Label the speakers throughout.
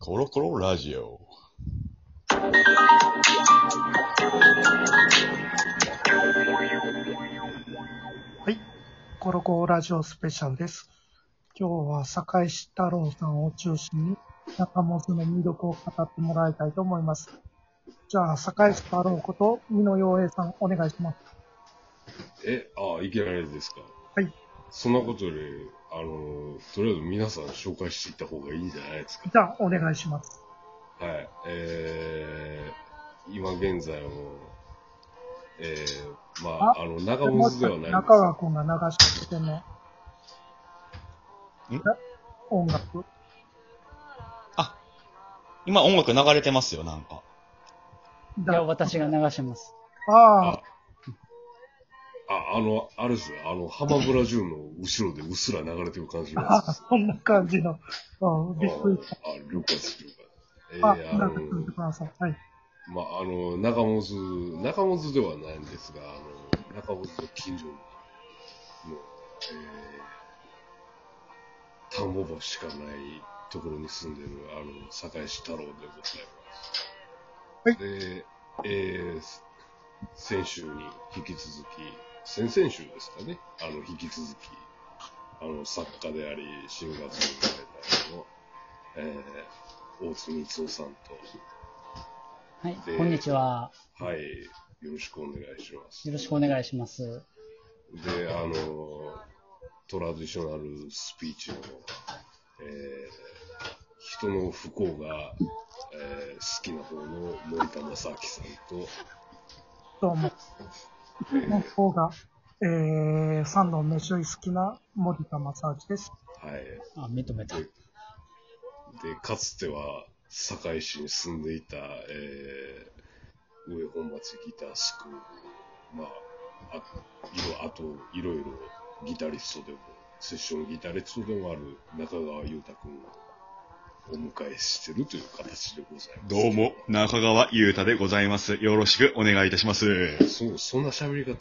Speaker 1: コロコロラジオ。
Speaker 2: はい。コロコロラジオスペシャルです。今日は坂井慎太郎さんを中心に中本の魅力を語ってもらいたいと思います。じゃあ、坂井慎太郎こと、美濃洋平さん、お願いします。
Speaker 3: え、ああ、いきなりですか。
Speaker 2: はい。
Speaker 3: そんなことより、あの、とりあえず皆さん紹介していった方がいいんじゃないですか。
Speaker 2: じゃあ、お願いします。
Speaker 3: はい。えー、今現在はもう、えー、まあ、あの、長
Speaker 2: も
Speaker 3: 水ではないんです
Speaker 2: 中川君が流しての音楽。
Speaker 1: 今音楽流れてますよ、なんか。
Speaker 4: いや、
Speaker 2: だ
Speaker 4: 私が流します。
Speaker 2: ああ、
Speaker 3: あ、あの、あれですよ、あの、浜村淳の後ろでうっすら流れてる感じが
Speaker 2: ああ、そんな感じの。うん、
Speaker 3: あ、
Speaker 2: びっくりし
Speaker 3: 了解です、了解です。え
Speaker 2: た。あ、
Speaker 3: ー、あ
Speaker 2: なん
Speaker 3: の
Speaker 2: か、聞いてください。はい。
Speaker 3: まあ、あの、中本、中本ではないんですが、あの、中本の近所の、えー、田んぼ場しかないところに住んでる、あの、堺市太郎でございます。
Speaker 2: はい
Speaker 3: で、えー、先週に引き続き、先々週ですかね、あの、引き続き、あの、作家であり、新月のライターの、えー、大津光夫さんと、
Speaker 4: はい
Speaker 3: で、
Speaker 4: こんにちは。
Speaker 3: はい。よろしくお願いします。
Speaker 4: よろしくお願いします。
Speaker 3: で、あの、トラディショナルスピーチの、えー、人の不幸が、えー、好きな方の森田正明さんと、
Speaker 2: どうも。 の方が、えー、三度飯より好きな森田正明です。
Speaker 3: はい。
Speaker 4: あ、認めた。
Speaker 3: で、かつては、堺市に住んでいた、えー、上本町ギタースクール、まあ、あいろあと、いろいろギタリストでも、セッションギタリストでもある中川裕太君をお迎えしてるという形でございます。
Speaker 5: どうも、中川裕太でございます。よろしくお願いいたします。
Speaker 3: そう、そんな喋り方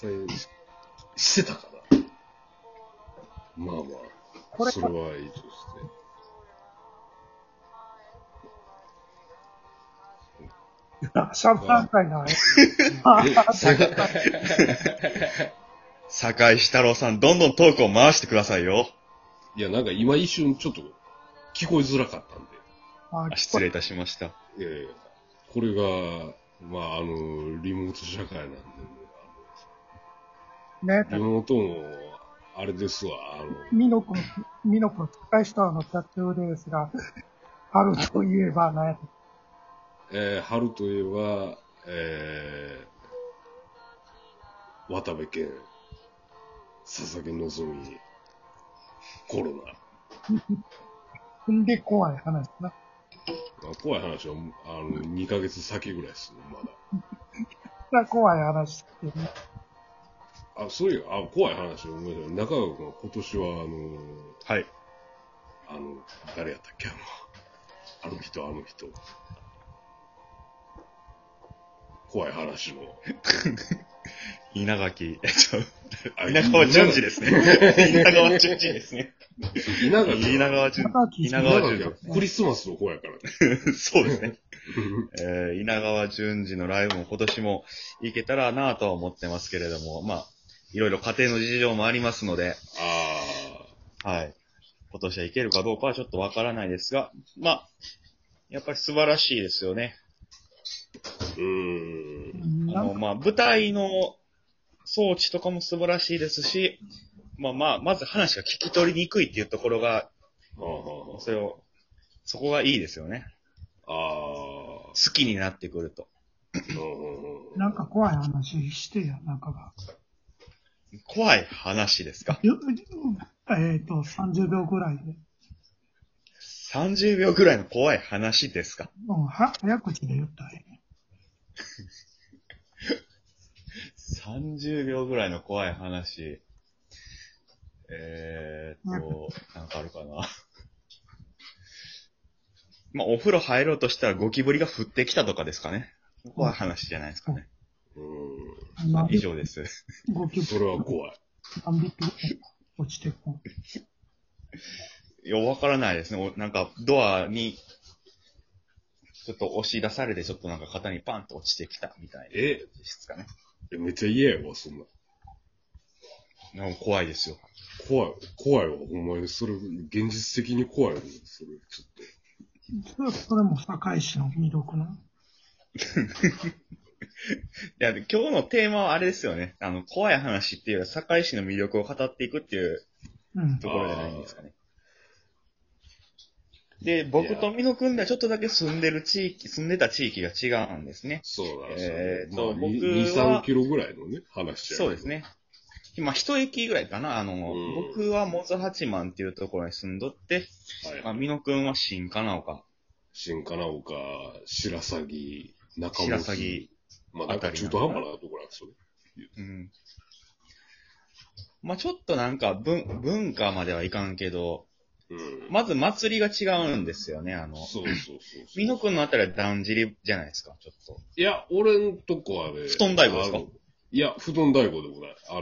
Speaker 3: してたかなまあま
Speaker 2: こ
Speaker 3: あ、
Speaker 2: れ
Speaker 3: それはいいとして。
Speaker 2: シャープン会な。
Speaker 5: 坂井太郎さん、どんどんトークを回してくださいよ。
Speaker 3: いや、なんか今一瞬ちょっと聞こえづらかったんで。
Speaker 2: あ
Speaker 5: あ失礼いたしました。
Speaker 3: いやいや、これが、まあ、あの、リモート社会なんで、
Speaker 2: ね
Speaker 3: リモートも、あれですわ、あの、
Speaker 2: ミノ君、ミノ君、使いしたのキャッチフレーズが、あるといえばね、
Speaker 3: えー、春といえば、えー、渡部健、佐々木希、コロ
Speaker 2: 踏んで怖い話な。
Speaker 3: ナ。まあ、怖い話は、あの、2ヶ月先ぐらいですね、まだ。
Speaker 2: そんな怖い話ってね。
Speaker 3: あ、そういう、あ、怖い話を思い出した。中川君は今年は、
Speaker 5: はい。
Speaker 3: あの、あの、誰やったっけ、あの、あの人、あの人。怖い話の。
Speaker 5: 稲垣、え、ちょ、
Speaker 3: あ
Speaker 5: 稲川淳二ですね。稲川淳二ですね。
Speaker 3: 稲垣。
Speaker 5: 稲川淳
Speaker 2: 高木
Speaker 5: 稲
Speaker 3: 稲
Speaker 5: 川
Speaker 3: 垣
Speaker 5: 淳
Speaker 3: はクリスマスの子やからね。
Speaker 5: 二。そうですね。えー稲川淳二のライブも今年も行けたらなぁとは思ってますけれども、まあ、いろいろ家庭の事情もありますので、
Speaker 3: あ
Speaker 5: はい。今年は行けるかどうかはちょっとわからないですが、まあ、やっぱり素晴らしいですよね。
Speaker 3: あ、うーん。
Speaker 5: あ
Speaker 2: な
Speaker 5: の、まあ、舞台の装置とかも素晴らしいですし、まあまあ、まず話が聞き取りにくいっていうところが、
Speaker 3: はあは
Speaker 5: それを、そこがいいですよね。
Speaker 3: あ、ああ
Speaker 5: 好きになってくると。
Speaker 3: うんうんうん
Speaker 2: なんか怖い話してや、なんかが。
Speaker 5: 怖い話ですか
Speaker 2: ゆえっ、と、30秒ぐらいで。
Speaker 5: ?30 秒ぐらいの怖い話ですか
Speaker 2: うん、は、早口で言ったらええね
Speaker 5: ?30 秒ぐらいの怖い話。えーっと、なんかあるかな。 まあ、お風呂入ろうとしたらゴキブリが降ってきたとかですかね。怖い話じゃないですかね。
Speaker 3: うん。
Speaker 2: 今
Speaker 5: 以上です。
Speaker 2: ゴキ
Speaker 3: そ
Speaker 2: ブ
Speaker 3: れ
Speaker 2: リ
Speaker 3: は怖い。
Speaker 2: 何匹落ちてこ
Speaker 5: いや、わからないですね。おなんか、ドアに、ちょっと押し出されて、ちょっとなんか肩にパンと落ちてきたみたいな。
Speaker 3: え
Speaker 5: ですかね。
Speaker 3: えめっちゃ嫌やわ、そんな。
Speaker 5: なんか怖いですよ。
Speaker 3: 怖い、怖いわ、ほんまに。それ、現実的に怖いわ、それ、ちょっと。
Speaker 2: それも堺市の魅力な。
Speaker 5: いや、で今日のテーマはあれですよね。あの、怖い話っていうよりは、堺市の魅力を語っていくっていう
Speaker 2: うん。
Speaker 5: ところじゃないんですかね。で、僕と美濃君ではちょっとだけ住んでる地域、住んでた地域が違うんですね。
Speaker 3: そうだ、
Speaker 5: えー
Speaker 3: そう
Speaker 5: と
Speaker 3: まあ、
Speaker 5: 僕
Speaker 3: 2、
Speaker 5: は
Speaker 3: 3キロぐらいのね、話やけど
Speaker 5: そうです。ね。今、一駅ぐらいかな。あの、
Speaker 3: ん
Speaker 5: 僕はモズ八幡っていうところに住んどって、ま
Speaker 3: は
Speaker 5: あ、
Speaker 3: い。
Speaker 5: 美濃君は新金岡、
Speaker 3: 新金岡、白鷺、中本。
Speaker 5: 白鷺。
Speaker 3: まあ、なんか中途半端なところなんですよね。
Speaker 5: うん。まあ、ちょっとなんか文、文化まではいかんけど、
Speaker 3: うん。
Speaker 5: まず祭りが違うんですよね、あの。
Speaker 3: そうそうそうそう。
Speaker 5: 美濃君のあたりはだんじりじゃないですか、ちょっと。
Speaker 3: いや、俺んとこはね。
Speaker 5: 布団大悟ですか
Speaker 3: あのいや、布団大悟でもない。あの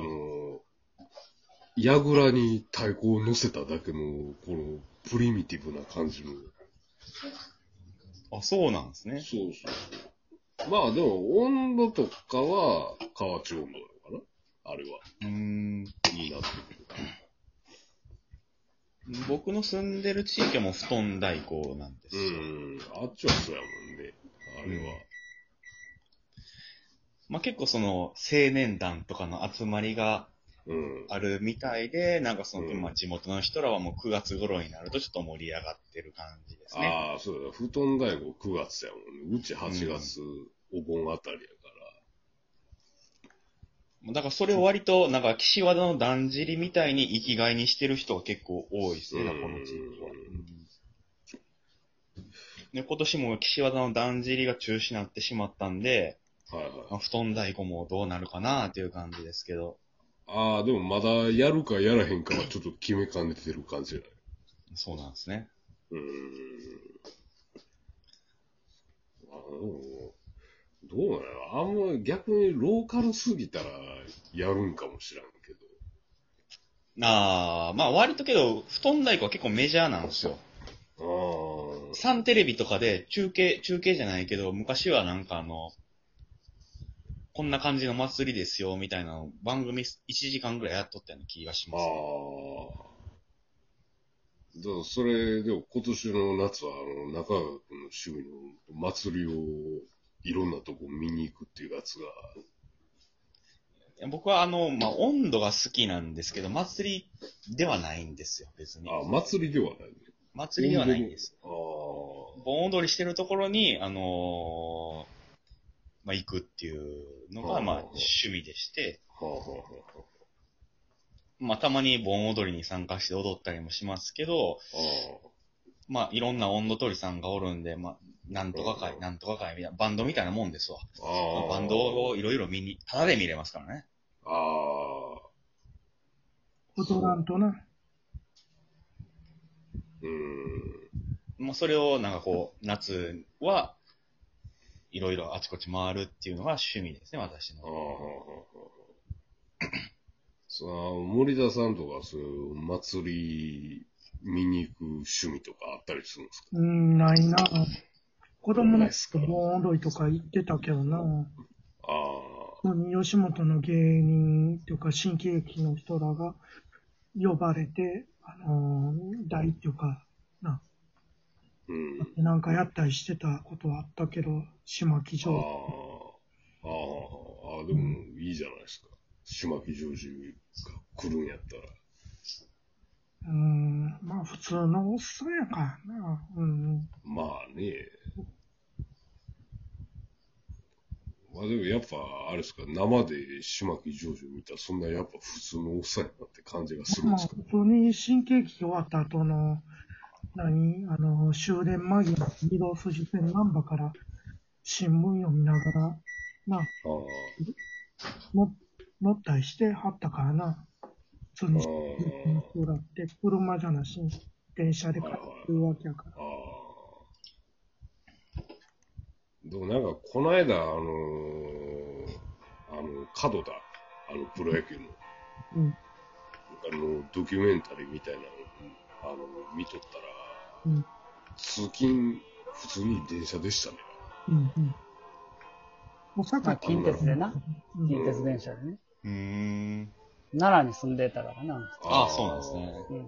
Speaker 3: ー、矢倉に太鼓を乗せただけの、この、プリミティブな感じの。
Speaker 5: あ、そうなんですね。
Speaker 3: そうそうそう。まあでも、温度とかは、河内温度なのかなあれは。
Speaker 5: うーん。
Speaker 3: になってくる。
Speaker 5: 僕の住んでる地域はもう布団代行なんです
Speaker 3: う
Speaker 5: よ。
Speaker 3: ん。あっちはそうやもんね。あれは。
Speaker 5: まあ、結構その、青年団とかの集まりが
Speaker 3: うん。
Speaker 5: あるみたいで、なんかその、
Speaker 3: うん
Speaker 5: まあ、地元の人らはもう9月頃になるとちょっと盛り上がってる感じですね。
Speaker 3: ああ、そうだ。布団大悟9月やもんね。うち8月、お盆あたりやから。
Speaker 5: だからそれを割と、なんか岸和田のだんじりみたいに生きがいにしてる人が結構多いですね、この地域は。で、今年も岸和田のだんじりが中止になってしまったんで、
Speaker 3: はいはい。
Speaker 5: まあ、布団太鼓もどうなるかなっていう感じですけど、
Speaker 3: ああ、でもまだやるかやらへんかはちょっと決めかねてる感じじゃない
Speaker 5: そうなんですね。
Speaker 3: うーん。あの、どうなのあんま逆にローカルすぎたらやるんかもしらんけど。
Speaker 5: あー、まあ割とけど、布団太鼓は結構メジャーなんですよ。
Speaker 3: あ
Speaker 5: サンテレビとかで中継、中継じゃないけど、昔はなんかあの、こんな感じの祭りですよ、みたいなのを番組1時間ぐらいやっとったような気がし
Speaker 3: あ。
Speaker 5: ま
Speaker 3: あ
Speaker 5: す。
Speaker 3: あ。だからそれ、でも今年の夏はあの中川君の趣味の祭りをいろんなとこ見に行くっていうやつが、
Speaker 5: いや僕はあの、まあ、温度が好きなんですけど、祭りではないんですよ、別に。
Speaker 3: あ祭りではない、ね。
Speaker 5: 祭りではないんです。
Speaker 3: ああ。
Speaker 5: 盆踊りしてるところに、あのーまあ、行くっていうのが、
Speaker 3: うん
Speaker 5: まあ、趣味でして、
Speaker 3: はあはあは
Speaker 5: まあ、たまに盆踊りに参加して踊ったりもしますけど、
Speaker 3: あはあ。
Speaker 5: まあ、いろんな温度取りさんがおるんで、まあ、なんとか会、なんとか会みたいな、バンドみたいなもんですわ。
Speaker 3: ああ。
Speaker 5: バンドをいろいろ見に、ただで見れますからね。
Speaker 3: ああ。
Speaker 2: 踊らんとな。
Speaker 3: うーん。
Speaker 5: もうそれをなんかこう、夏はいろいろあちこち回るっていうのが趣味ですね、私
Speaker 3: ああ
Speaker 5: の。
Speaker 3: はあはあはあ。 さあ、森田さんとかそういう祭り見に行く趣味とかあったりするんですか
Speaker 2: うん、ないな。子供
Speaker 3: な
Speaker 2: の
Speaker 3: いっすか
Speaker 2: 頃、盆踊りとか行ってたけどな。
Speaker 3: あ
Speaker 2: 吉本の芸人というか、新喜劇の人らが呼ばれて、あのー、大っていうか、な、
Speaker 3: あ。うん。
Speaker 2: なんかやったりしてたことはあったけど、島木
Speaker 3: ああ
Speaker 2: 城。。
Speaker 3: ああ。ああ、でもいいじゃないですか。島木ジョージが来るんやったら。
Speaker 2: うーん、まあ普通のおっさんやからな。うん。
Speaker 3: まあね。まあでもやっぱ、あれですか、生で島木ジョージを見たら、そんなやっぱ普通のおっさんやなって感じがするん
Speaker 2: まあ
Speaker 3: ですか
Speaker 2: 普通に新喜劇終わった後の、何あの、終電間際、移動筋線難波から新聞読みながら、まあ、
Speaker 3: ああ、
Speaker 2: も乗ったりしてはったからな。普通に
Speaker 3: あ
Speaker 2: そうだって、車じゃなし、電車で帰るわけやから。
Speaker 3: ああ。でもなんか、この間、あのあの、角田、あの、プロ野球の、
Speaker 2: うん、
Speaker 3: あの、ドキュメンタリーみたいなの、あの、見とった
Speaker 2: う
Speaker 3: ら、
Speaker 2: ん
Speaker 3: 通勤普通に電車でしたね。
Speaker 2: うんうん。お
Speaker 4: まあ、
Speaker 2: 酒
Speaker 4: 近鉄でな。
Speaker 2: うん
Speaker 4: 近鉄電車でね。
Speaker 6: うーん。
Speaker 4: 奈良に住んでたからな。
Speaker 5: ああそうなんですね。
Speaker 4: うん。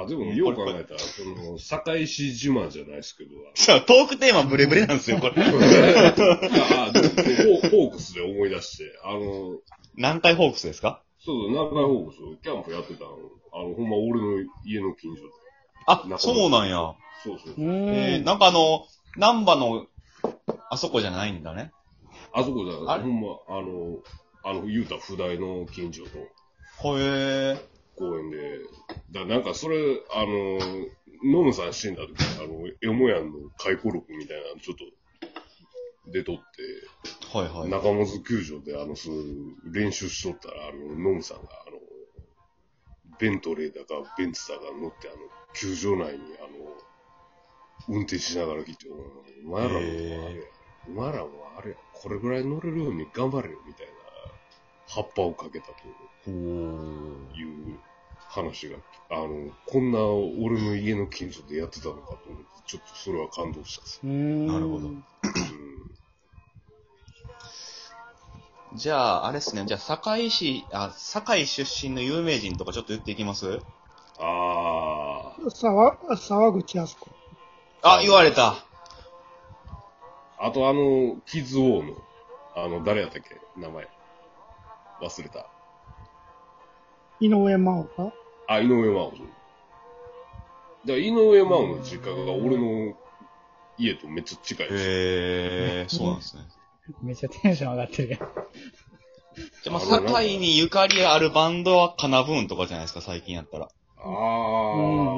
Speaker 3: あ、でも、よう考えたら、その、堺市自慢じゃないですけど、
Speaker 6: さあ、トークテーマブレブレなんですよ、これ。
Speaker 3: あ、でもホホークスで思い出して、あの、
Speaker 5: 南海ホークスですか
Speaker 3: そう、南海ホークス、キャンプやってたの、あの、ほんま俺の家の近所で。
Speaker 5: あ
Speaker 3: 中、野
Speaker 5: そうなんや。
Speaker 3: そうそう
Speaker 4: う。ーん
Speaker 5: えー、なんかあの、南波の、あそこじゃないんだね。
Speaker 3: あそこじゃ
Speaker 5: あ
Speaker 3: ない、
Speaker 5: れ
Speaker 3: ほんま、あの、あの、言うた普代の近所の
Speaker 5: ほえー。
Speaker 3: 公園で、だなんかそれ、あの、ノムさん死んだ時、あの、エモヤンの回顧録みたいなのちょっと出とって、
Speaker 5: はいはい。
Speaker 3: 中本球場で、あの、そう練習しとったら、あの、ノムさんが、あの、ベントレーだか、ベンツだか乗って、あの、球場内に、あの、運転しながら来て、お前らもあれや、お前らもあれや、これぐらい乗れるように頑張れよ、みたいな、葉っぱをかけたと
Speaker 5: ほー
Speaker 3: いう話が、あの、こんな俺の家の近所でやってたのかと思って、ちょっとそれは感動したんです
Speaker 4: うーん
Speaker 5: なるほど
Speaker 3: よ。
Speaker 5: じゃあ、あれっすね。じゃあ、堺市、あ、堺出身の有名人とかちょっと言っていきます
Speaker 3: ああ
Speaker 2: 沢沢口靖子。
Speaker 5: あ、言われた。
Speaker 3: あとあの、キッズ王の、あの、誰やったっけ名前。忘れた。
Speaker 2: 井上真央か
Speaker 3: あ、井上真央。だ井上真央の実家が俺の家とめっちゃ近いです。
Speaker 5: へえー、そうなんですね。
Speaker 4: めっちゃテンション上がってるやん。
Speaker 5: じゃ あ、まあ、堺にゆかりあるバンドはカナブーンとかじゃないですか、最近やったら。
Speaker 3: あ
Speaker 4: うん